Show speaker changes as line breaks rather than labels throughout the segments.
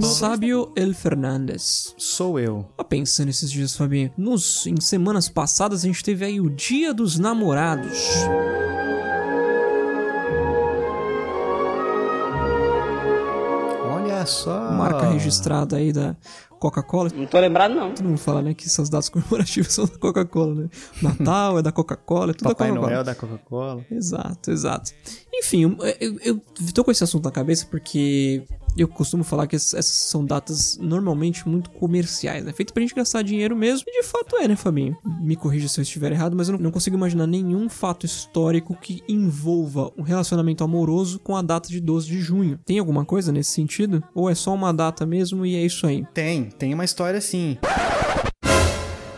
Sábio El Fernandes.
Sou eu.
Tava pensando esses dias, Fabinho. Nos, em semanas passadas a gente teve aí o Dia dos Namorados.
Olha só.
Marca registrada aí da Coca-Cola.
Não tô lembrado, não.
Todo mundo fala, né, que essas datas comemorativas são da Coca-Cola, né? Natal é da Coca-Cola, é tudo
Papai
da Coca-Cola.
Noel da Coca-Cola.
Exato, exato. Enfim, eu, eu eu tô com esse assunto na cabeça porque eu costumo falar que essas essas são datas normalmente muito comerciais, né? Feito pra gente gastar dinheiro mesmo. E de fato é, né, Fabinho? Me corrija se eu estiver errado, mas eu não, não consigo imaginar nenhum fato histórico que envolva um relacionamento amoroso com a data de 12 de junho. Tem alguma coisa nesse sentido? Ou é só uma data mesmo e é isso aí?
Tem, tem uma história sim.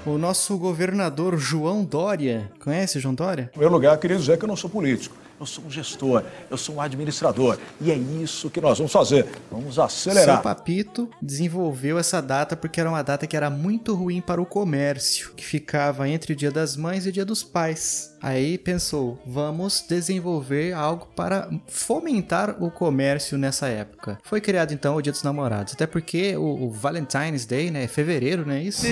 O nosso governador João Dória. Conhece o João Dória?
primeiro lugar, eu queria dizer que eu não sou político. Eu sou um gestor, eu sou um administrador. E é isso que nós vamos fazer. Vamos
Seu
acelerar.
Papito desenvolveu essa data porque era uma data que era muito ruim para o comércio, que ficava entre o Dia das Mães e o Dia dos Pais. Aí pensou, vamos desenvolver algo para fomentar o comércio nessa época. Foi criado então o Dia dos Namorados, até porque o, o Valentine's Day, né, é fevereiro, né, isso?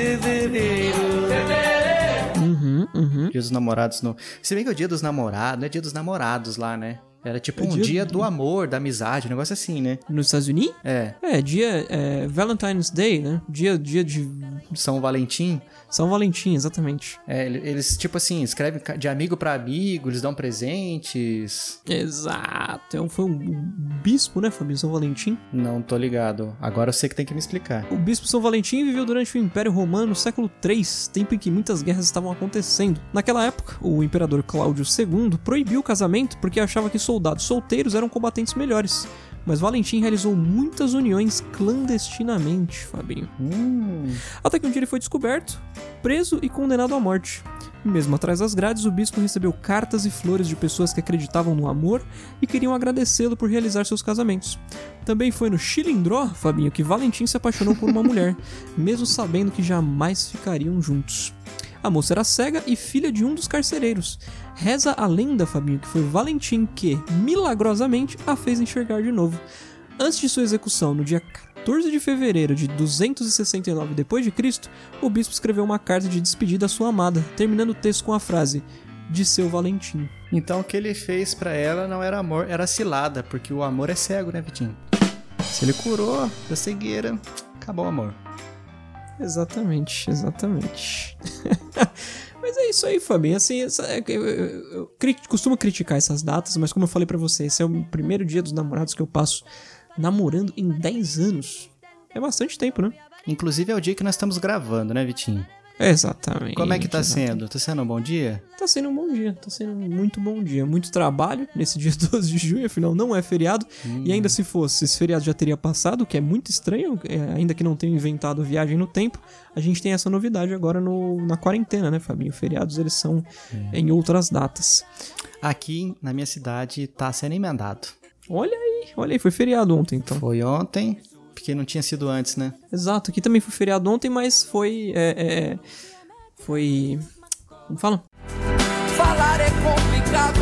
Uhum, uhum.
Dia dos Namorados no. Se bem que é o Dia dos Namorados, não é Dia dos Namorados lá, né? Era tipo um
dia
dia,
do-
do amor, da amizade, um negócio assim, né?
Nos Estados Unidos?
É,
É, dia. É, Valentine's Day, né? Dia, dia de
São Valentim.
São Valentim, exatamente.
É, ele- eles, tipo assim, escrevem ca- de amigo pra amigo, eles dão presentes.
Exato. É um- Foi um bispo, né, Fabinho? São Valentim.
Não tô ligado. Agora eu sei que tem que me explicar.
O bispo São Valentim viveu durante o Império Romano no século III, tempo em que muitas guerras estavam acontecendo. Naquela época, o imperador Cláudio II proibiu o casamento porque achava que soldados solteiros eram combatentes melhores. Mas Valentim realizou muitas uniões clandestinamente, Fabinho.
Hum,
Até que um dia ele foi descoberto, preso e condenado à morte. Mesmo atrás das grades, o bispo recebeu cartas e flores de pessoas que acreditavam no amor e queriam agradecê-lo por realizar seus casamentos. Também foi no Chilindró, Fabinho, que Valentim se apaixonou por uma mulher, mesmo sabendo que jamais ficariam juntos. A moça era cega e filha de um dos carcereiros. Reza a lenda, Fabinho, que foi Valentim que, milagrosamente, a fez enxergar de novo. Antes de sua execução, no dia 14 de fevereiro de 269 d.C., o bispo escreveu uma carta de despedida à sua amada, terminando o texto com a frase: De seu Valentim.
Então o que ele fez pra ela não era amor, era cilada, porque o amor é cego, né, Vitinho? Se ele curou da cegueira, acabou o amor.
Exatamente, exatamente. mas é isso aí, Fabinho. Assim, essa- eu, eu- eu cri- costumo criticar essas datas, mas como eu falei pra você, esse é o primeiro dia dos namorados que eu passo namorando em 10 anos. É bastante tempo, né?
Inclusive é o dia que nós estamos gravando, né, Vitinho?
Exatamente.
Como é que tá sendo? Tá sendo um bom dia?
Tá sendo um bom dia, tá sendo um muito bom dia. Muito trabalho nesse dia 12 de junho, afinal não é feriado. E ainda se fosse, esse feriado já teria passado, o que é muito estranho, é, ainda que não tenham inventado a viagem no tempo. A gente tem essa novidade agora no, na quarentena, né, Fabinho? Feriados eles são em outras datas.
Aqui na minha cidade tá sendo emendado.
Olha aí, olha aí, foi feriado ontem então.
Foi ontem, porque não tinha sido antes, né?
Exato, aqui também foi feriado ontem, mas foi. É, é, foi. Como fala?
Falar é complicado.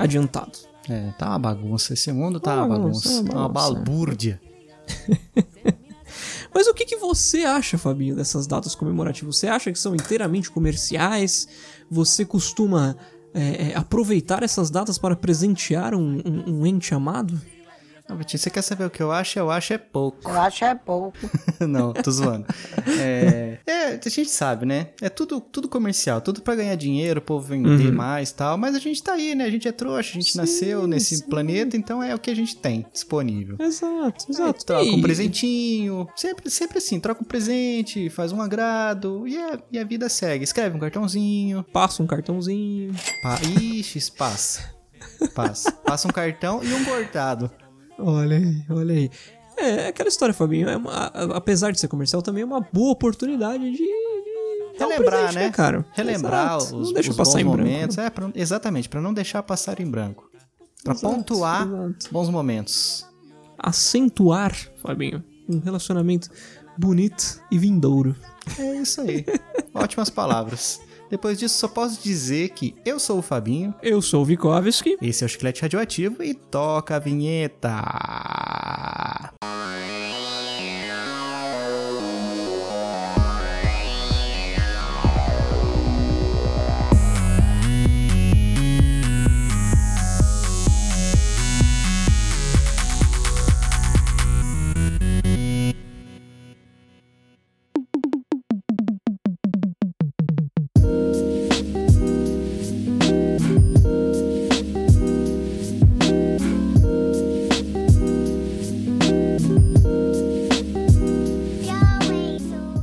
Adiantado.
É, tá uma bagunça. Esse mundo tá
Uma
uma
bagunça, é
bagunça.
uma
Tá uma
bagunça.
balbúrdia.
Mas o que, que você acha, Fabinho, dessas datas comemorativas? Você acha que são inteiramente comerciais? Você costuma é, é, aproveitar essas datas para presentear um, um- um ente amado?
Ah, Vitinho, você quer saber o que eu acho? Eu acho é pouco.
Eu acho é pouco.
não, tô zoando. É, é, a gente sabe, né? É tudo, tudo comercial, tudo pra ganhar dinheiro, o povo vender
Uhum.
mais e tal. Mas a gente tá aí, né? A gente é trouxa, a gente nasceu nesse planeta, então é o que a gente tem disponível.
Exato,
Aí
exato.
troca
É, E-
um presentinho, sempre, sempre assim, troca um presente, faz um agrado e a, e a vida segue. Escreve um cartãozinho,
Passa um cartãozinho.
pa... ixi, passa, passa, passa um cartão e um cortado.
Olha aí, olha aí. É, é aquela história, Fabinho. É uma- a- a- apesar de ser comercial, também é uma boa oportunidade de. de dar um
Relembrar,
presente,
né?
cara?
Relembrar
Exato.
os,
não deixa
os
passar
bons
em branco, né?
momentos. É, pra- exatamente, pra não deixar passar em branco. Pra
Exato,
pontuar
exato.
bons momentos.
Acentuar, Fabinho, um relacionamento bonito e vindouro.
É isso aí. Ótimas palavras. Depois disso, só posso dizer que eu sou o Fabinho,
Eu sou o Vikovski.
esse é o Chiclete Radioativo e toca a vinheta!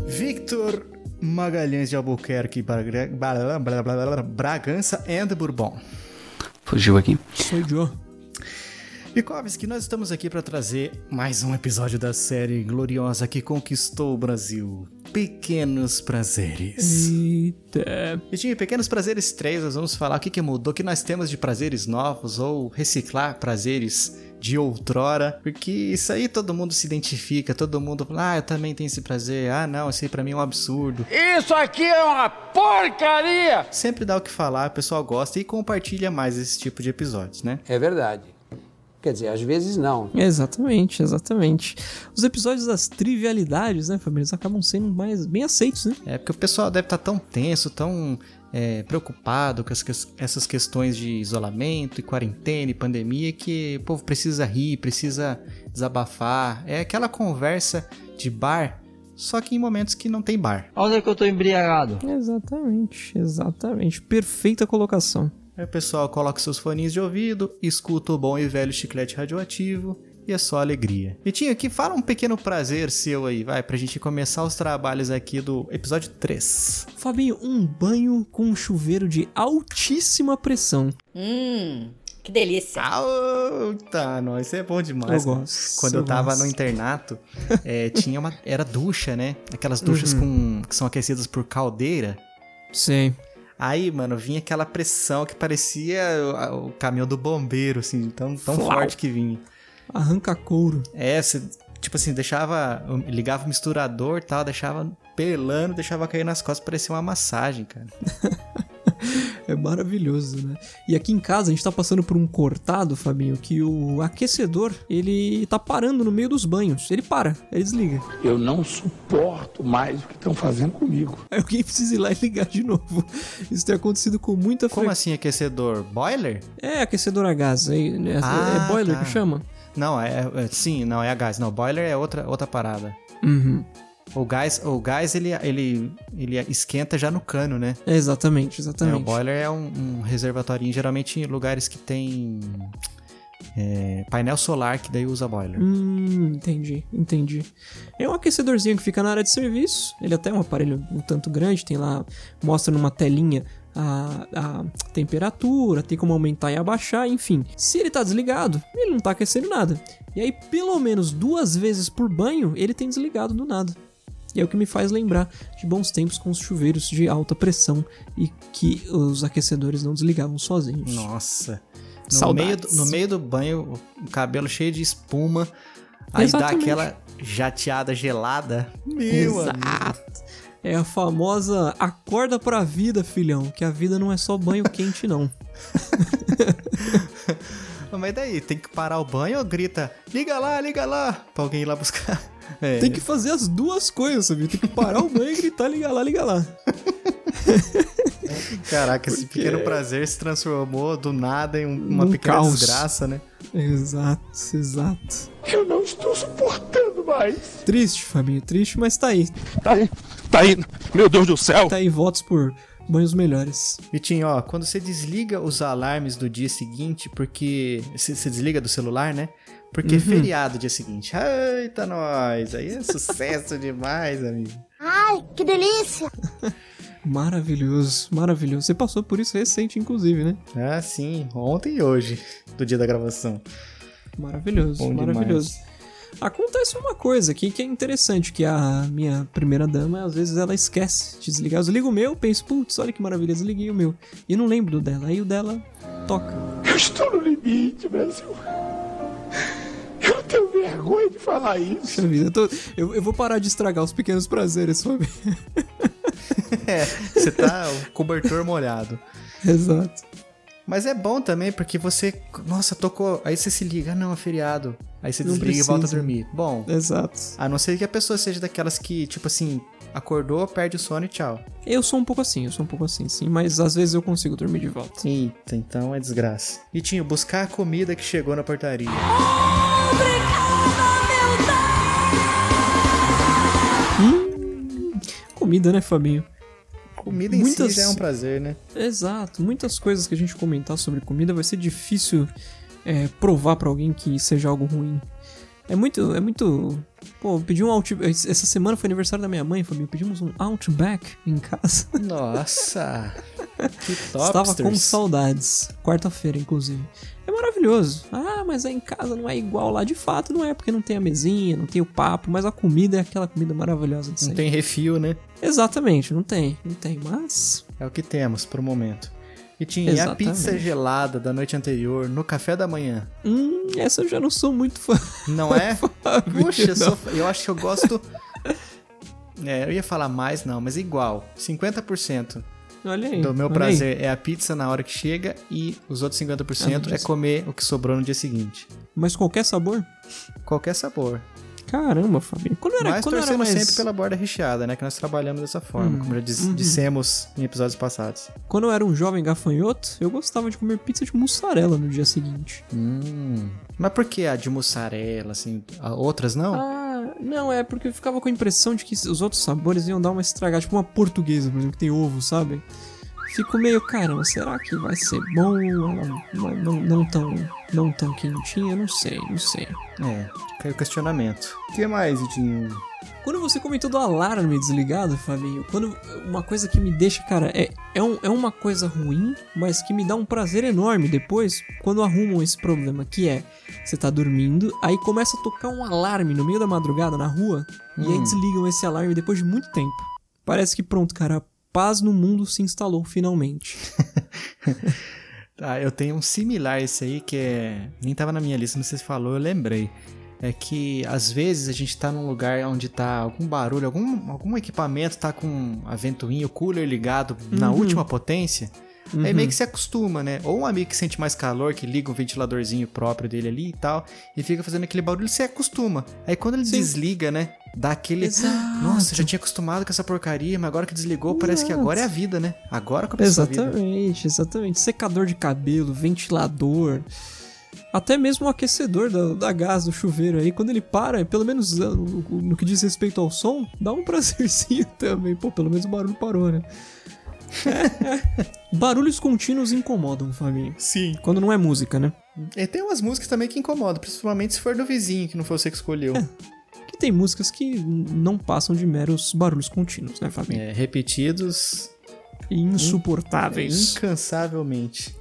Victor Magalhães de Albuquerque, Braga- Bra- Bra- Bra- Bra- Bragança and Bourbon.
Fugiu aqui.
Sou o Joe.
Pikovski, nós estamos aqui para trazer mais um episódio da série gloriosa que conquistou o Brasil. Pequenos Prazeres.
Eita.
E tinha Pequenos Prazeres 3, nós vamos falar o que, que mudou, o que nós temos de prazeres novos ou reciclar prazeres de outrora, porque isso aí todo mundo se identifica, todo mundo fala, ah, eu também tenho esse prazer, ah, não, isso aí pra mim é um absurdo.
Isso aqui é uma porcaria!
Sempre dá o que falar, o pessoal gosta e compartilha mais esse tipo de episódios, né?
É verdade. Quer dizer, às vezes não.
Exatamente, exatamente. Os episódios das trivialidades, né, família? Eles acabam sendo mais bem aceitos, né?
É porque o pessoal deve estar tão tenso, tão é, preocupado com as ques- essas questões de isolamento e quarentena e pandemia que o povo precisa rir, precisa desabafar. É aquela conversa de bar, só que em momentos que não tem bar.
Onde é que eu tô embriagado?
Exatamente, exatamente. Perfeita colocação.
Aí o pessoal coloca seus foninhos de ouvido, escuta o bom e velho chiclete radioativo. E é só alegria. Vitinho, aqui fala um pequeno prazer seu aí, vai, pra gente começar os trabalhos aqui do episódio 3.
Fabinho, um banho com um chuveiro de altíssima pressão.
Hum, que delícia.
Ah, tá, não, isso é bom demais.
Eu
cara.
gosto,
Quando
eu
eu tava
gosto.
no internato, é, tinha uma. Era ducha, né? Aquelas duchas
Uhum.
com, que são aquecidas por caldeira.
Sim.
Aí, mano, vinha aquela pressão que parecia o, o caminhão do bombeiro, assim, tão, tão
Flau.
forte que vinha.
Arranca couro.
É, você, tipo assim, deixava. Ligava o misturador e tal, deixava pelando, deixava cair nas costas, parecia uma massagem, cara.
É maravilhoso, né? E aqui em casa a gente tá passando por um cortado, Fabinho, que o aquecedor, ele tá parando no meio dos banhos. Ele para, ele desliga.
Eu não suporto mais o que estão fazendo comigo.
Aí alguém precisa ir lá e ligar de novo. Isso tem acontecido com muita
Como
frequência.
assim, aquecedor? Boiler?
É aquecedor a gás, é, é-
Ah,
é boiler
tá.
que chama?
Não, é, é- Sim, não, é a gás. Não, boiler é outra, outra parada.
Uhum.
O gás, o gás ele, ele, ele esquenta já no cano, né?
É, exatamente,
É,
exatamente.
o boiler é um, um reservatório, geralmente em lugares que tem é, painel solar, que daí usa boiler.
Hum, entendi, entendi. É um aquecedorzinho que fica na área de serviço. Ele até é um aparelho um tanto grande, tem lá, mostra numa telinha a, a temperatura, tem como aumentar e abaixar, enfim. Se ele tá desligado, ele não tá aquecendo nada. E aí, pelo menos duas vezes por banho, ele tem desligado do nada. E é o que me faz lembrar de bons tempos com os chuveiros de alta pressão e que os aquecedores não desligavam sozinhos.
Nossa. No
Saudades.
meio, do- no meio do banho, o cabelo cheio de espuma, aí
Exatamente.
dá aquela jateada gelada. Meu amigo.
Exato. É a famosa acorda pra vida, filhão, que a vida não é só banho quente, não.
Mas daí, tem que parar o banho ou grita, liga lá, liga lá, pra alguém ir lá buscar. É,
Tem que fazer as duas coisas, sabia? Tem que parar o banho e gritar, liga lá, liga lá.
Caraca, esse pequeno prazer se transformou do nada em um- uma
Num
pequena
caos.
desgraça, né?
Exato, exato.
Eu não estou suportando mais.
Triste, Fabinho, triste, mas tá aí.
Tá aí, tá aí. Meu Deus do céu.
Tá aí votos por banhos melhores.
Vitinho, ó, quando você desliga os alarmes do dia seguinte, porque. Você você desliga do celular, né? Porque é feriado dia seguinte. Eita, nós! Aí é sucesso demais, amigo.
Maravilhoso, maravilhoso. Você passou por isso recente, inclusive, né?
Ah, sim, ontem e hoje, do dia da gravação.
Maravilhoso,
Bom
maravilhoso. Acontece uma coisa aqui que é interessante, que a minha primeira dama, às vezes, ela esquece de desligar. Eu desligo o meu, penso, putz, olha que maravilha, desliguei o meu. E não lembro do dela. Aí o dela toca.
Eu estou no limite, Brasil. Eu tenho vergonha de falar isso.
Puxa vida, eu, tô- eu- eu vou parar de estragar os pequenos prazeres, Fabinho.
É, você tá o cobertor molhado.
Exato.
Mas é bom também, porque você. Nossa, tocou. Aí você se liga, ah, não, é feriado. Aí você
Não
desliga e volta a
precisa.
dormir. Bom,
Exato.
a não ser que a pessoa seja daquelas que, tipo assim, acordou, perde o sono e tchau.
Eu sou um pouco assim, eu sou um pouco assim, sim, mas às vezes eu consigo dormir de volta.
Eita, então é desgraça. E tinha buscar a comida que chegou na portaria.
Comida, né, Fabinho?
Comida em
Muitas-
si já é um prazer, né?
Exato. Muitas coisas que a gente comentar sobre comida vai ser difícil é, provar pra alguém que seja algo ruim. É muito, é muito. Pô, eu pedi um Outback. Essa semana foi aniversário da minha mãe, Fabinho. Pedimos um Outback em casa.
Nossa! que top!
Estava com saudades. Quarta-feira, inclusive. É maravilhoso. Ah, mas aí em casa não é igual lá. De fato, não é, porque não tem a mesinha, não tem o papo, mas a comida é aquela comida maravilhosa de
Não
sempre.
tem refil, né?
Exatamente, não tem, não tem, mas.
É o que temos pro momento. E tinha a
Exatamente.
pizza gelada da noite anterior no café da manhã.
Hum, essa eu já não sou muito fã.
Não é?
Fábio,
Puxa, eu, sou-
não.
eu acho que eu gosto. É, eu ia falar mais, não, mas igual. 50%
Olha aí.
do meu
olha
prazer é a pizza na hora que chega e os outros 50% é
disso.
comer o que sobrou no dia seguinte.
aí. Mas qualquer sabor?
Qualquer sabor.
Caramba, Fabinho. Quando eu era,
Mas
quando eu era
torcendo
mais. Uhum.
sempre pela borda recheada, né? Que nós trabalhamos dessa forma, como já dis- dissemos em episódios passados.
Quando eu era um jovem gafanhoto, eu gostava de comer pizza de mussarela no dia seguinte.
Hum. Mas por que a de mussarela, assim? a- Outras não?
Ah, não, é porque eu ficava com a impressão de que os outros sabores iam dar uma estragada, tipo uma portuguesa, por exemplo, que tem ovo, sabe? Fico meio, caramba, será que vai ser bom? Ela Não, não, não tão, não tão quentinha? Não sei, não sei.
É, caiu o questionamento. O que mais, Edinho?
Quando você comentou do alarme desligado, Fabinho, quando uma coisa que me deixa, cara, é, é, um- é uma coisa ruim, mas que me dá um prazer enorme depois, quando arrumam esse problema, que é você tá dormindo, aí começa a tocar um alarme no meio da madrugada na rua, e aí desligam esse alarme depois de muito tempo. Parece que pronto, cara, a paz no mundo se instalou finalmente.
Tá, eu tenho um similar esse aí que é. Nem tava na minha lista, mas você falou, eu lembrei. É que às vezes a gente tá num lugar onde tá algum barulho, algum, algum equipamento tá com a ventoinha, o cooler ligado
Uhum.
na última potência. Aí meio que se acostuma, né? Ou um amigo que sente mais calor, que liga um ventiladorzinho próprio dele ali e tal, e fica fazendo aquele barulho, você acostuma. Aí quando ele desliga, né? Dá aquele.
Exato.
Nossa, eu já tinha acostumado com essa porcaria, mas agora que desligou, parece que
Exato.
agora é a vida, né? Agora começou a vida.
Exatamente, exatamente. Secador de cabelo, ventilador, até mesmo o aquecedor da, da gás do chuveiro aí, quando ele para, pelo menos ah, no, no que diz respeito ao som, dá um prazerzinho também. Pô, pelo menos o barulho parou, né? É, Barulhos contínuos incomodam, família.
Sim.
Quando não é música, né?
E tem umas músicas também que incomodam, principalmente se for do vizinho, que não foi você que escolheu.
Que tem músicas que não passam de meros barulhos contínuos, né, Fabinho?
É, repetidos
Insuportáveis.
É incansavelmente.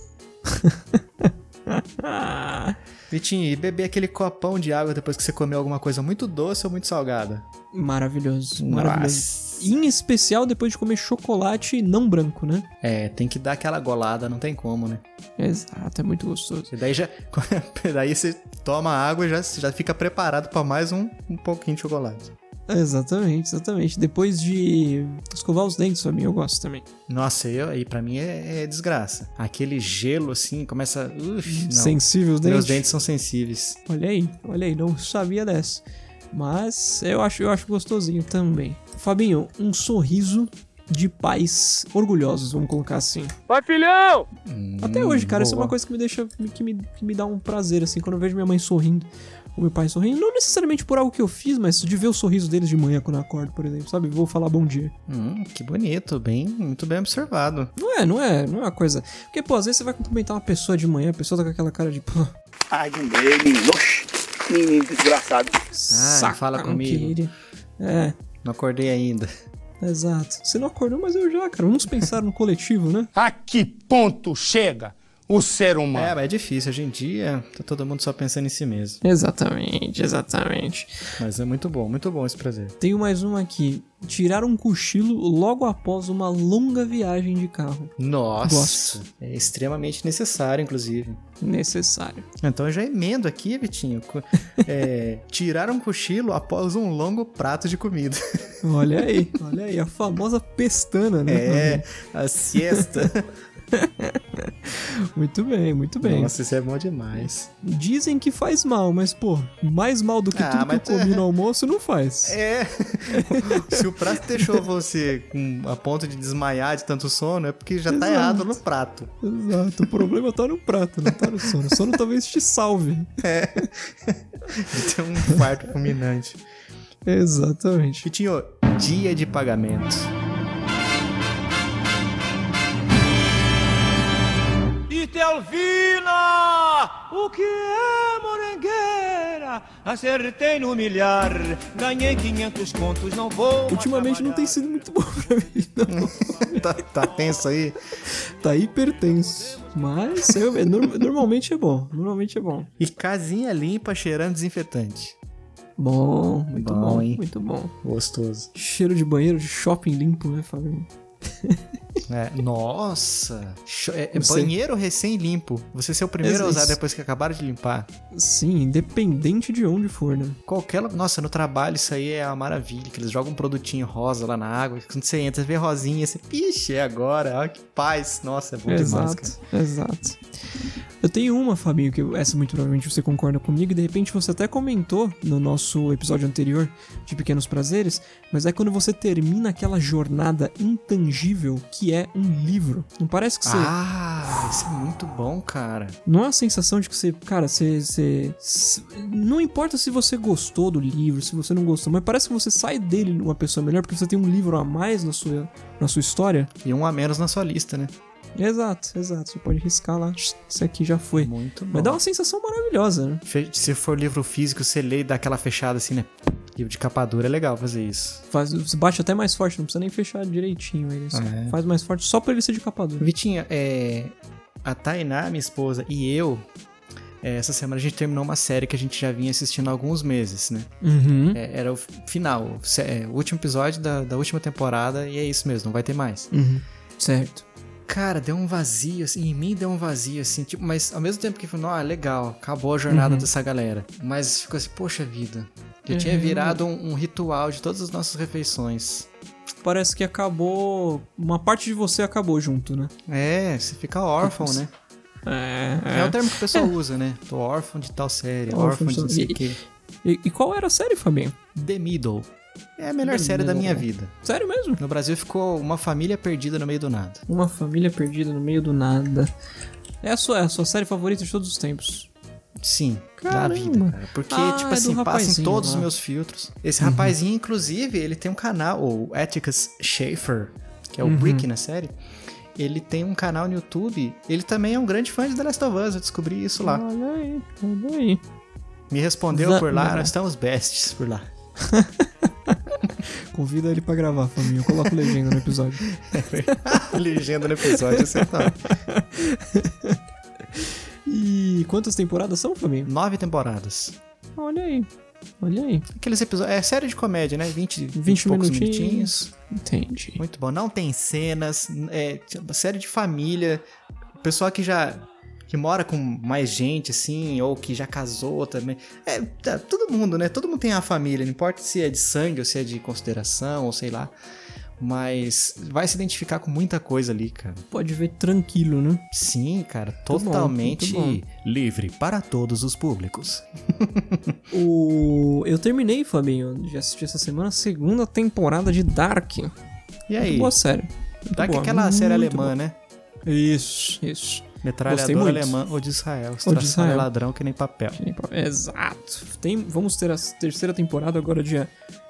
Ah,
Vitinho, e beber aquele copão de água depois que você comeu alguma coisa muito doce ou muito salgada?
maravilhoso, maravilhoso.
Nossa.
Em especial depois de comer chocolate não branco, né?
É, tem que dar aquela golada, não tem como, né?
Exato, é muito gostoso.
E daí já. daí você toma água e já, já fica preparado pra mais um, um pouquinho de chocolate.
Exatamente, exatamente. Depois de escovar os dentes, pra mim, eu gosto também.
Nossa, eu, aí pra mim é, é desgraça. Aquele gelo assim começa. Uf, não.
Sensível os dentes.
Meus dentes são sensíveis.
Olha aí, olha aí, não sabia dessa. Mas eu acho, eu acho gostosinho também. Fabinho, um sorriso de pais orgulhosos, vamos colocar assim.
Vai, filhão!
Até hoje, cara, isso é
boa.
uma coisa que me deixa. Que me, que me dá um prazer, assim, quando eu vejo minha mãe sorrindo, ou meu pai sorrindo. Não necessariamente por algo que eu fiz, mas de ver o sorriso deles de manhã quando eu acordo, por exemplo, sabe? Vou falar bom dia.
Hum, que bonito, bem, muito bem observado.
Não é, não é, não é uma coisa. Porque, pô, às vezes você vai cumprimentar uma pessoa de manhã, a pessoa tá com aquela cara de. Pô,
Ai, de meio, menino. Oxi, Menino desgraçado.
saca,
fala
Ah, não
comigo.
queria. É,
Não acordei ainda.
exato. Você não acordou, mas eu já, cara. Vamos pensar no coletivo, né?
A que ponto chega o ser humano?
É, mas é difícil. Hoje em dia, tá todo mundo só pensando em si mesmo.
Exatamente, exatamente.
Mas é muito bom, muito bom esse prazer.
Tenho mais uma aqui. Tirar um cochilo logo após uma longa viagem de carro.
Nossa!
Gosto.
É extremamente necessário, inclusive.
necessário.
Então eu já emendo aqui, Vitinho. co- É, tirar um cochilo após um longo prato de comida.
Olha aí, olha aí, a famosa pestana, né?
É, a siesta.
Muito bem, muito bem.
Nossa, isso é bom demais.
Dizem que faz mal, mas, pô, mais mal do que
Ah,
tudo
mas-
que eu comi no almoço não faz.
É. Se o prato deixou você com- a ponto de desmaiar de tanto sono, é porque já tá
Exato.
errado no prato.
Exato, o problema tá no prato, não tá no sono. O sono talvez te salve.
Tem um quarto fulminante.
Exatamente.
Vitinho, dia de pagamento.
Itelvina, o que é morangueira? Acertei no milhar, ganhei 500 contos, não vou. mais
Ultimamente não tem sido muito bom pra mim, não.
Tá, tá tenso aí?
Tá hipertenso. Mas eu- é norm- normalmente é bom. Normalmente é bom.
E casinha limpa cheirando desinfetante.
Bom, muito bom,
Bom, hein?
muito bom.
Gostoso.
Cheiro de banheiro de shopping limpo, né, Fabinho?
É, nossa! Cho- é- é
Você-
banheiro recém-limpo. Você ser o primeiro a usar
Isso.
depois que acabaram de limpar.
Sim, independente de onde for, né?
Qualquer. lu- Nossa, no trabalho isso aí é uma maravilha. Que eles jogam um produtinho rosa lá na água. Quando você entra, você vê rosinha. Você. Ixi, é agora. Olha que paz. Nossa, é bom demais, cara.
Exato, exato. Eu tenho uma, Fabinho, que essa muito provavelmente você concorda comigo, e de repente você até comentou no nosso episódio anterior de Pequenos Prazeres, mas é quando você termina aquela jornada intangível que é um livro. Não parece que você.
Ah, isso é muito bom, cara.
Não é a sensação de que você, cara, você, você- s- Não importa se você gostou do livro, se você não gostou, mas parece que você sai dele uma pessoa melhor porque você tem um livro a mais na sua, na sua história.
E um a menos na sua lista, né?
Exato, exato. Você pode riscar lá. Isso aqui já foi.
Muito bom.
Mas dá uma sensação maravilhosa, né?
Fe- Se for livro físico, você lê e dá aquela fechada assim, né? Livro de capa dura é legal fazer isso.
Faz, você bate até mais forte, não precisa nem fechar direitinho ele. só
É.
Faz mais forte só pra ele ser de capa dura.
Vitinha, é. A Tainá, minha esposa, e eu. é, Essa semana a gente terminou uma série que a gente já vinha assistindo há alguns meses, né?
Uhum.
É, era o final, o se- é, o último episódio da, da última temporada e é isso mesmo, não vai ter mais.
Certo.
Cara, deu um vazio, assim, em mim deu um vazio, assim, tipo, mas ao mesmo tempo que eu falei, ah, legal, acabou a jornada dessa galera. Mas ficou assim, poxa vida. Já tinha virado um, um ritual de todas as nossas refeições.
Parece que acabou. Uma parte de você acabou junto, né?
É, você fica órfão, né? É,
É.
o termo que o pessoal usa, né? Tô órfão de tal série,
Órfão
órfão, de
de
não
tal-
sei o
e-
quê.
E, e qual era a série, Fabinho?
The Middle. É a melhor
The
série da
Middle.
minha vida.
Sério mesmo?
No Brasil ficou uma família perdida no meio do nada.
Uma família perdida no meio do nada. É a sua, é a sua série favorita de todos os tempos.
Sim,
Caramba.
da vida, cara. Porque,
Ah, é
tipo
do
assim, passa em
rapazinho
todos
lá.
os meus filtros. Esse
Uhum.
rapazinho, inclusive, ele tem um canal, o Atticus Schaefer, que é o
Uhum.
Brick na série. Ele tem um canal no YouTube. Ele também é um grande fã de The Last of Us, eu descobri isso lá.
Olha aí, olha aí.
Me respondeu
Za-
por lá,
Não.
nós estamos bestes por lá.
Convida ele pra gravar, Fabinho. Eu coloco legenda no episódio.
Legenda no episódio, você tá.
E quantas temporadas são, Fabinho?
Nove temporadas.
Olha aí. Olha aí.
Aqueles episódios. É série de comédia, né? 20, 20, e
20
poucos
minutinhos.
minutinhos.
Entendi.
Muito bom. Não tem cenas, é tipo, série de família. Pessoal que já que mora com mais gente, assim, ou que já casou também. É, tá, todo mundo, né? Todo mundo tem a família, não importa se é de sangue ou se é de consideração, ou sei lá. Mas vai se identificar com muita coisa ali, cara.
Pode ver tranquilo, né?
Sim, cara,
Muito bom,
totalmente
muito
livre para todos os públicos.
O... Eu terminei, Fabinho, de assistir essa semana a segunda temporada de Dark.
E aí?
Boa série. Muito
Dá que
boa,
aquela série
muito
alemã, né?
boa. Isso, isso.
Metralhadora
muito.
alemã ou de Israel.
Ou de
Estraçalho
Israel.
ladrão que nem papel.
Exato. Tem... Vamos ter a terceira temporada agora, dia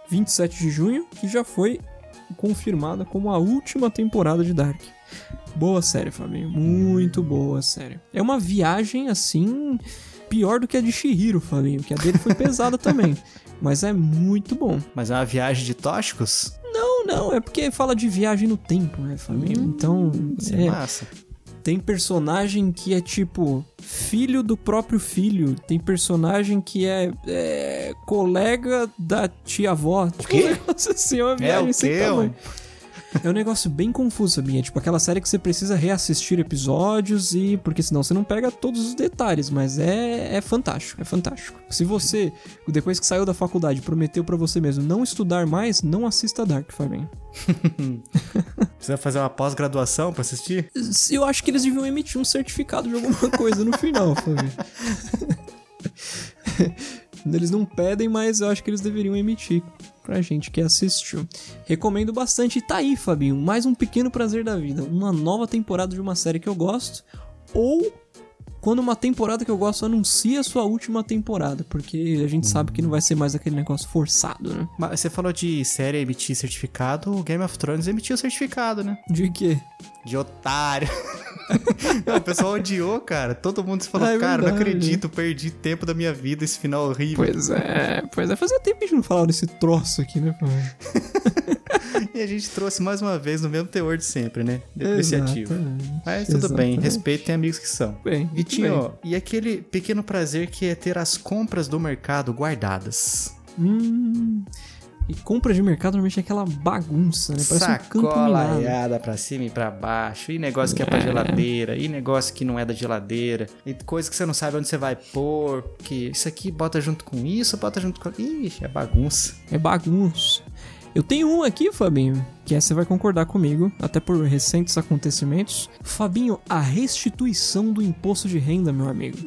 27 de junho, que já foi confirmada como a última temporada de Dark. Boa série, Fabinho. Muito boa série. É uma viagem, assim, pior do que a de Shihiro, Fabinho, que a dele foi pesada também. Mas é muito bom.
Mas é uma viagem de tóxicos?
Não, não, é porque fala de viagem no tempo, né, família? então,
Isso
é,
é massa.
tem personagem que é tipo filho do próprio filho, tem personagem que é, é, colega da tia-avó. Tipo, um negócio assim, é uma viagem
o
sem
quê,
tamanho.
homem?
É um negócio bem confuso, sabia? Tipo aquela série que você precisa reassistir episódios e. Porque senão você não pega todos os detalhes, mas é, é fantástico, é fantástico. Se você, depois que saiu da faculdade, prometeu pra você mesmo não estudar mais, não assista Dark, Fabinho.
Precisa fazer uma pós-graduação pra assistir?
Eu acho que eles deviam emitir um certificado de alguma coisa no final, Fabinho. Eles não pedem, mas eu acho que eles deveriam emitir pra gente que assistiu. Recomendo bastante. E tá aí, Fabinho, mais um pequeno prazer da vida. Uma nova temporada de uma série que eu gosto. Ou quando uma temporada que eu gosto anuncia a sua última temporada. Porque a gente sabe que não vai ser mais aquele negócio forçado, né?
Mas você falou de série emitir certificado, o Game of Thrones emitiu certificado, né?
De quê?
De otário. Não, o pessoal odiou, cara. Todo mundo falou,
É
cara, não
verdade.
acredito, perdi tempo da minha vida, esse final horrível.
Pois é, pois é. Fazia tempo que a gente não falava desse troço aqui, né, Fabinho?
E a gente trouxe mais uma vez no mesmo teor de sempre, né? Depreciativo.
Exatamente,
Mas tudo bem,
exatamente.
respeitem amigos que são.
Bem, muito
Vitinho, e aquele pequeno prazer que é ter as compras do mercado guardadas.
Hum. E compra de mercado normalmente é aquela bagunça, né? Parece um campo
Sacola é.
minado.
areada pra cima e pra baixo, e negócio que é pra geladeira, e negócio que não é da geladeira, e coisa que você não sabe onde você vai pôr, que isso aqui bota junto com isso, bota junto com. Ixi, é bagunça.
É bagunça. Eu tenho um aqui, Fabinho, que essa você vai concordar comigo, até por recentes acontecimentos. Fabinho, a restituição do imposto de renda, meu amigo.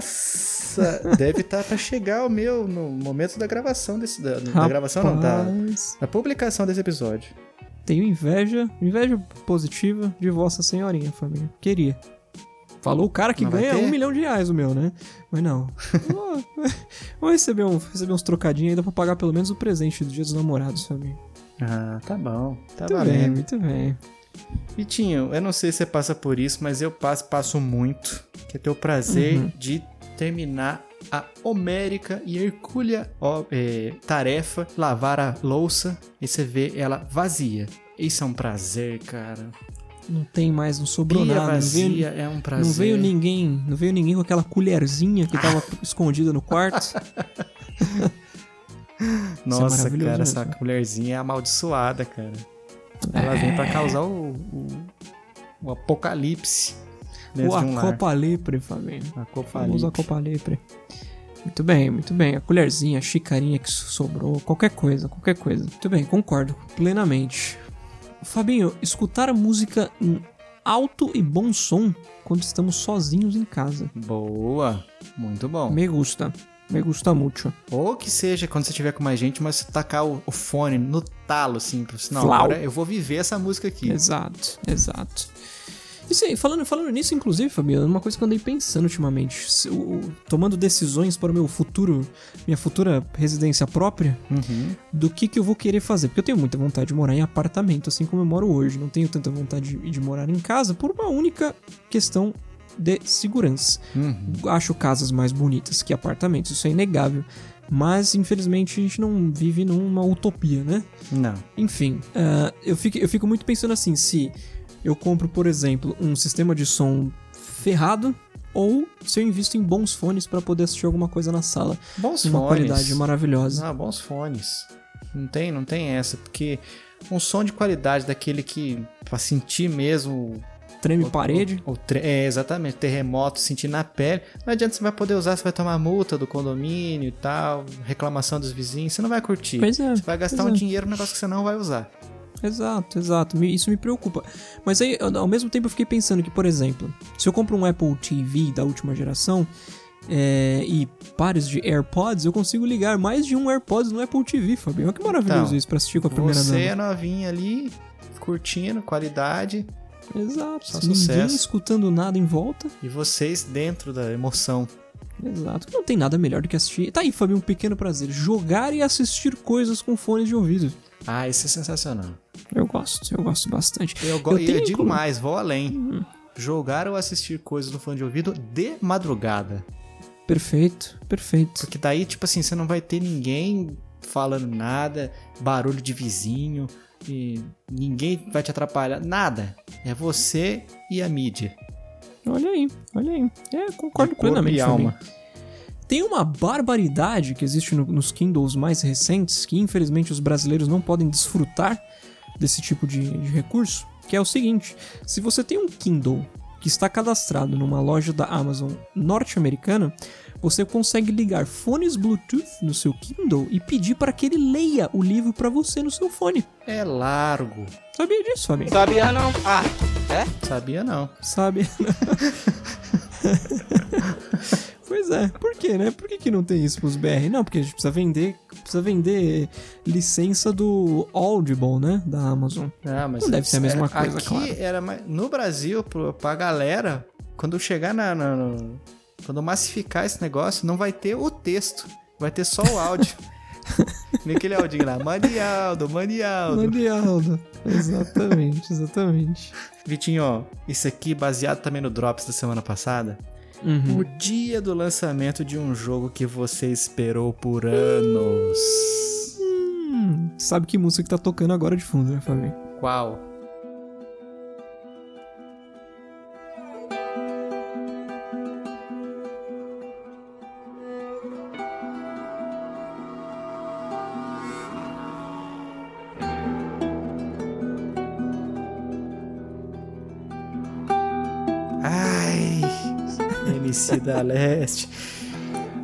Nossa! Deve estar pra chegar o meu no momento da gravação desse. Da, da gravação não, tá? da,
Rapaz,
da publicação desse episódio.
Tenho inveja, inveja positiva de Vossa Senhorinha, Fabinho. Queria. Falou o cara que
Mas vai
ganha
ter?
um milhão de reais o meu, né? Mas não. Vou- Vou receber, um, receber uns trocadinhos ainda pra pagar pelo menos o presente do Dia dos Namorados, Fabinho.
Ah, tá bom. Tá
Muito bem,
valendo.
muito bem.
Vitinho, eu não sei se você passa por isso, mas eu passo, passo muito. Que é ter o prazer
Uhum.
de terminar a homérica e hercúlea ó, é, tarefa, lavar a louça e você vê ela vazia. Isso é um prazer, cara.
Não tem mais, não sobrou
Pia
nada. Não
vazia
veio,
é um prazer.
não veio ninguém, não veio ninguém com aquela colherzinha que tava
Ah.
escondida no quarto. Isso é
Nossa,
maravilhoso
cara, essa
mesmo. É.
mulherzinha é amaldiçoada, cara. Ela vem pra causar o, o, o apocalipse dentro
Ou
de um
a
lar.
Copa Lepre, Fabinho.
A
Vamos a
Copalipse.
Copa Lepre. Muito bem, muito bem. A colherzinha, a xicrinha que sobrou, qualquer coisa, qualquer coisa. Muito bem, concordo plenamente. Fabinho, escutar a música em alto e bom som quando estamos sozinhos em casa.
Boa, muito bom.
Me gusta. Me gusta muito.
Ou que seja, quando você tiver com mais gente, mas você tacar o, o fone no talo, assim, pra você, não,
Flau.
agora eu vou viver essa música aqui.
Exato, exato. Isso aí, falando, falando nisso, inclusive, Fabiano, uma coisa que eu andei pensando ultimamente, se eu- tomando decisões para o meu futuro, minha futura residência própria, do que, que eu vou querer fazer. Porque eu tenho muita vontade de morar em apartamento, assim como eu moro hoje. Não tenho tanta vontade de, de morar em casa por uma única questão de segurança. Acho casas mais bonitas que apartamentos, isso é inegável. Mas, infelizmente, a gente não vive numa utopia, né?
Não.
Enfim, ah, eu, fico, eu fico muito pensando assim, se eu compro, por exemplo, um sistema de som ferrado ou se eu invisto em bons fones para poder assistir alguma coisa na sala.
Bons
Uma
fones.
qualidade maravilhosa.
Ah, bons fones. Não tem, não tem essa, porque um som de qualidade daquele que, pra sentir mesmo
Treme
Ou-
parede.
ou tre- é, exatamente, terremoto, sentir na pele. Não adianta você vai poder usar, você vai tomar multa do condomínio e tal, reclamação dos vizinhos, você não vai curtir.
Pois é,
Você vai gastar
pois
um
é.
dinheiro num negócio que você não vai usar.
Exato, exato. Me- Isso me preocupa. Mas aí, ao ao mesmo tempo, eu fiquei pensando que, por exemplo, se eu compro um Apple TV da última geração é, e pares de AirPods, eu consigo ligar mais de um AirPods no Apple TV, Fabinho. Olha que maravilhoso
Então,
isso pra assistir com a primeira
Você
dama.
é novinha ali, curtindo, qualidade,
Exato.
Só
ninguém
sucesso.
escutando nada em volta.
e vocês dentro da emoção.
Exato. Não tem nada melhor do que assistir. Tá aí, Fabinho, um pequeno prazer. Jogar e assistir coisas com fones de ouvido.
Ah, isso é sensacional.
Eu gosto, eu gosto bastante.
Eu, Uhum. go- e é eu digo
inclu-
mais, vou além. Jogar ou assistir coisas no fone de ouvido de madrugada.
Perfeito, perfeito.
Porque daí, tipo assim, você não vai ter ninguém falando nada, barulho de vizinho, e ninguém vai te atrapalhar, nada. É você e a mídia.
Olha aí, olha aí. É, concordo
De corpo
plenamente,
e
Fabinho.
alma.
Tem uma barbaridade que existe no- nos Kindles mais recentes, que infelizmente os brasileiros não podem desfrutar, desse tipo de, de recurso, que é o seguinte: se você tem um Kindle que está cadastrado numa loja da Amazon norte-americana, você consegue ligar fones Bluetooth no seu Kindle e pedir para que ele leia o livro para você no seu fone.
É largo.
Sabia disso, Fabinho?
Sabia não? Ah,
Sabia não.
Sabe? pois é. Por quê, né? Por que, que não tem isso pros BR? Não, porque a gente precisa vender, precisa vender licença do Audible, né? Da Amazon.
Ah, mas
Não deve ser a mesma
era-
coisa,
aqui
claro.
era mais... No Brasil, pro- pra galera, quando chegar na... na- no- Quando massificar esse negócio, não vai ter o texto. Vai ter só o áudio. Nem aquele áudio lá. Mande Aldo, mande Aldo.
Mandialdo. é Exatamente, exatamente.
Vitinho, ó, isso aqui baseado também no Drops da semana passada.
Uhum.
O dia do lançamento de um jogo que você esperou por anos.
Hum, sabe que música que tá tocando agora de fundo, né, Fabinho?
Qual? Ai, MC da Leste.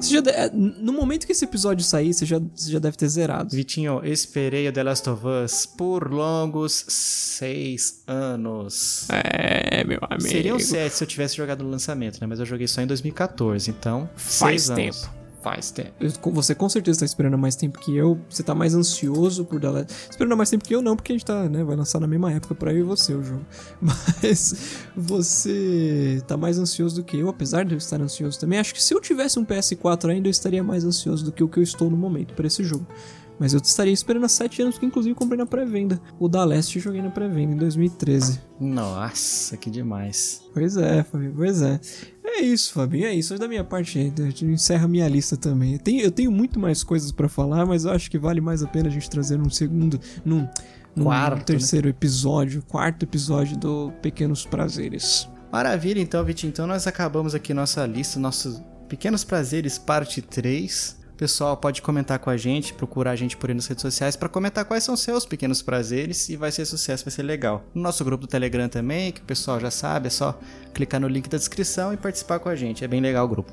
Você já de- é, No momento que esse episódio sair, você já, você já deve ter zerado.
Vitinho, eu esperei o The Last of Us por longos seis anos.
É, meu amigo.
Seriam sete se eu tivesse jogado no lançamento, né? Mas eu joguei só em 2014, então.
Faz
seis anos.
tempo.
Faz tempo.
Eu- com- Você com certeza tá esperando há mais tempo que eu. Você tá mais ansioso por The Last. Esperando há mais tempo que eu, não, porque a gente tá, né? Vai lançar na mesma época pra eu e você o jogo. Mas você tá mais ansioso do que eu, apesar de eu estar ansioso também. Acho que se eu tivesse um PS4 ainda, eu estaria mais ansioso do que o que eu estou no momento pra esse jogo. Mas eu estaria esperando há 7 anos, que inclusive eu comprei na pré-venda. O da Leste eu joguei na pré-venda em 2013.
Nossa, que demais.
Pois é, Fabinho, pois é. É isso, Fabinho, é isso. Da minha parte, eu te- encerro a minha lista também. Eu tenho, eu tenho muito mais coisas pra falar, mas eu acho que vale mais a pena a gente trazer num segundo, num, num
Quarto, né?
terceiro episódio, quarto episódio do Pequenos Prazeres.
Maravilha, então, Vitinho. Então, nós acabamos aqui nossa lista, nossos pequenos prazeres, parte 3. Pessoal, pode comentar com a gente, procurar a gente por aí nas redes sociais pra comentar quais são seus pequenos prazeres e vai ser sucesso, vai ser legal. No nosso grupo do Telegram também, que o pessoal já sabe, é só clicar no link da descrição e participar com a gente. É bem legal o grupo.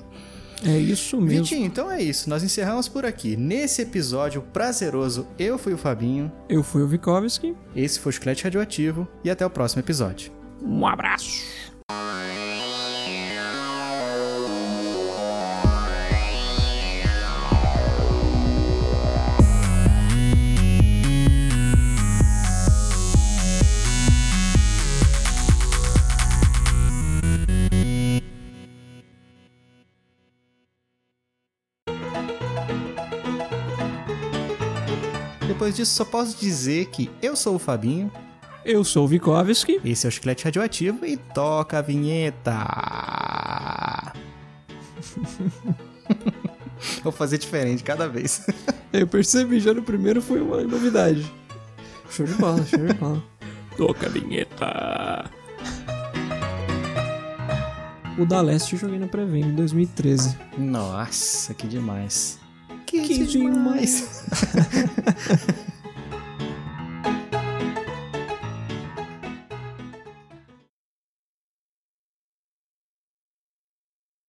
É isso mesmo.
Vitinho, então é isso. Nós encerramos por aqui. Nesse episódio prazeroso, eu fui o Fabinho,
Eu fui o Vikovski.
esse foi o Chiclete Radioativo e até o próximo episódio.
Um abraço.
Depois disso, só posso dizer que eu sou o Fabinho,
Eu sou o Vikovski.
esse é o Chiclete Radioativo e toca a vinheta. Vou fazer diferente cada vez.
Eu percebi já no primeiro foi uma novidade. Show de bola, show de bola. Toca a vinheta. O da Leste eu joguei na pré-venda em 2013.
Nossa, que demais.
Que demais.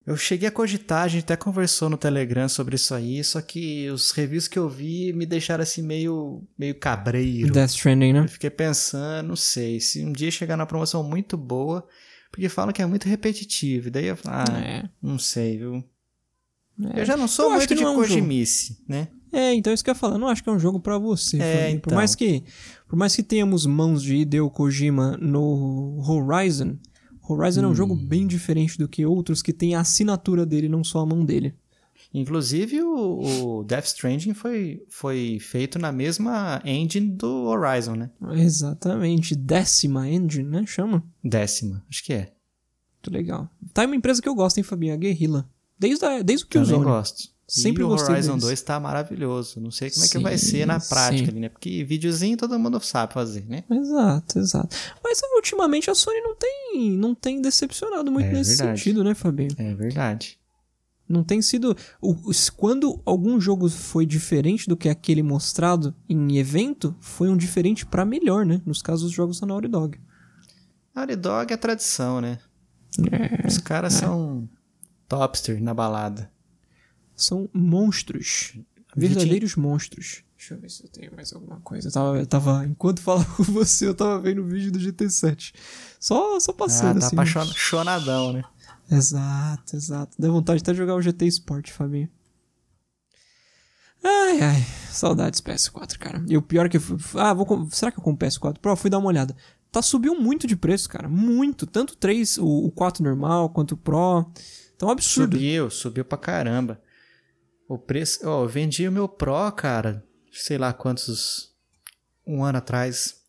Eu cheguei a cogitar, a gente até conversou no Telegram sobre isso aí, só que os reviews que eu vi me deixaram assim meio, meio cabreiro.
Death Stranding, né?
Eu fiquei pensando, não sei, se um dia chegar na promoção muito boa, porque falam que é muito repetitivo, e daí eu falo, ah,
É.
não sei, viu?
É.
Eu já não sou
Eu acho
muito
que
de
não é um jogo.
cojimice, né?
É, então isso que eu ia falar. Não acho que é um jogo pra você.
É,
Fabinho. Por
então.
mais que por mais que tenhamos mãos de Hideo Kojima no Horizon, Horizon é um jogo bem diferente do que outros que tem a assinatura dele, não só a mão dele.
Inclusive, o, o Death Stranding foi, foi feito na mesma engine do Horizon, né?
Exatamente. Décima Engine, né? Chama.
Décima, acho que é.
Muito legal. Tá em uma empresa que eu gosto, hein, Fabinho? A Guerrilla. Desde, a, desde o que
Também
usou.
gosto.
Sempre
e o
gostei
Horizon
deles.
2 tá maravilhoso. Não sei como é que vai
Sim,
ser na prática
sim.
ali, né? Porque videozinho todo mundo sabe fazer, né?
Exato, exato. Mas ultimamente a Sony não tem, não tem decepcionado muito
É
nesse
verdade.
sentido, né, Fabinho?
É verdade.
Não tem sido. o- os- Quando algum jogo foi diferente do que aquele mostrado em evento, foi um diferente pra melhor, né? Nos casos dos jogos da Naughty Dog.
Naughty Dog é tradição, né?
É,
Os caras são topster na balada.
São monstros. Verdadeiros monstros. Deixa eu ver se eu tenho mais alguma coisa. Eu tava, eu tava- enquanto falava com você, eu tava vendo o vídeo do GT7. Só, só
Ah,
passando
tá
assim.
apaixonadão, né?
Exato, exato. Dá vontade até de jogar o GT Sport, Fabinho. Ai, ai. Saudades PS4, cara. E o pior que... eu fui- Ah, vou... com- será que eu compro PS4 Pro? Fui dar uma olhada. Tá subiu muito de preço, cara. Muito. Tanto o 3, o, o 4 normal, quanto o Pro. Tá um absurdo.
Subiu, subiu pra caramba. O preço. Ó, eu vendi o meu Pro, cara, sei lá quantos. Um ano atrás.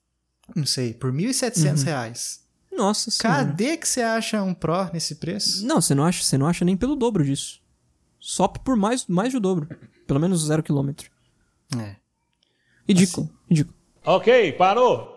Não sei, por R$ 1.700.
Uhum.
reais.
Nossa senhora.
Cadê que você acha um Pro nesse preço?
Não, você não acha, você não acha nem pelo dobro disso. Só por mais, mais do dobro. Pelo menos zero quilômetro.
É.
Ridículo, ridículo.
Ok, parou.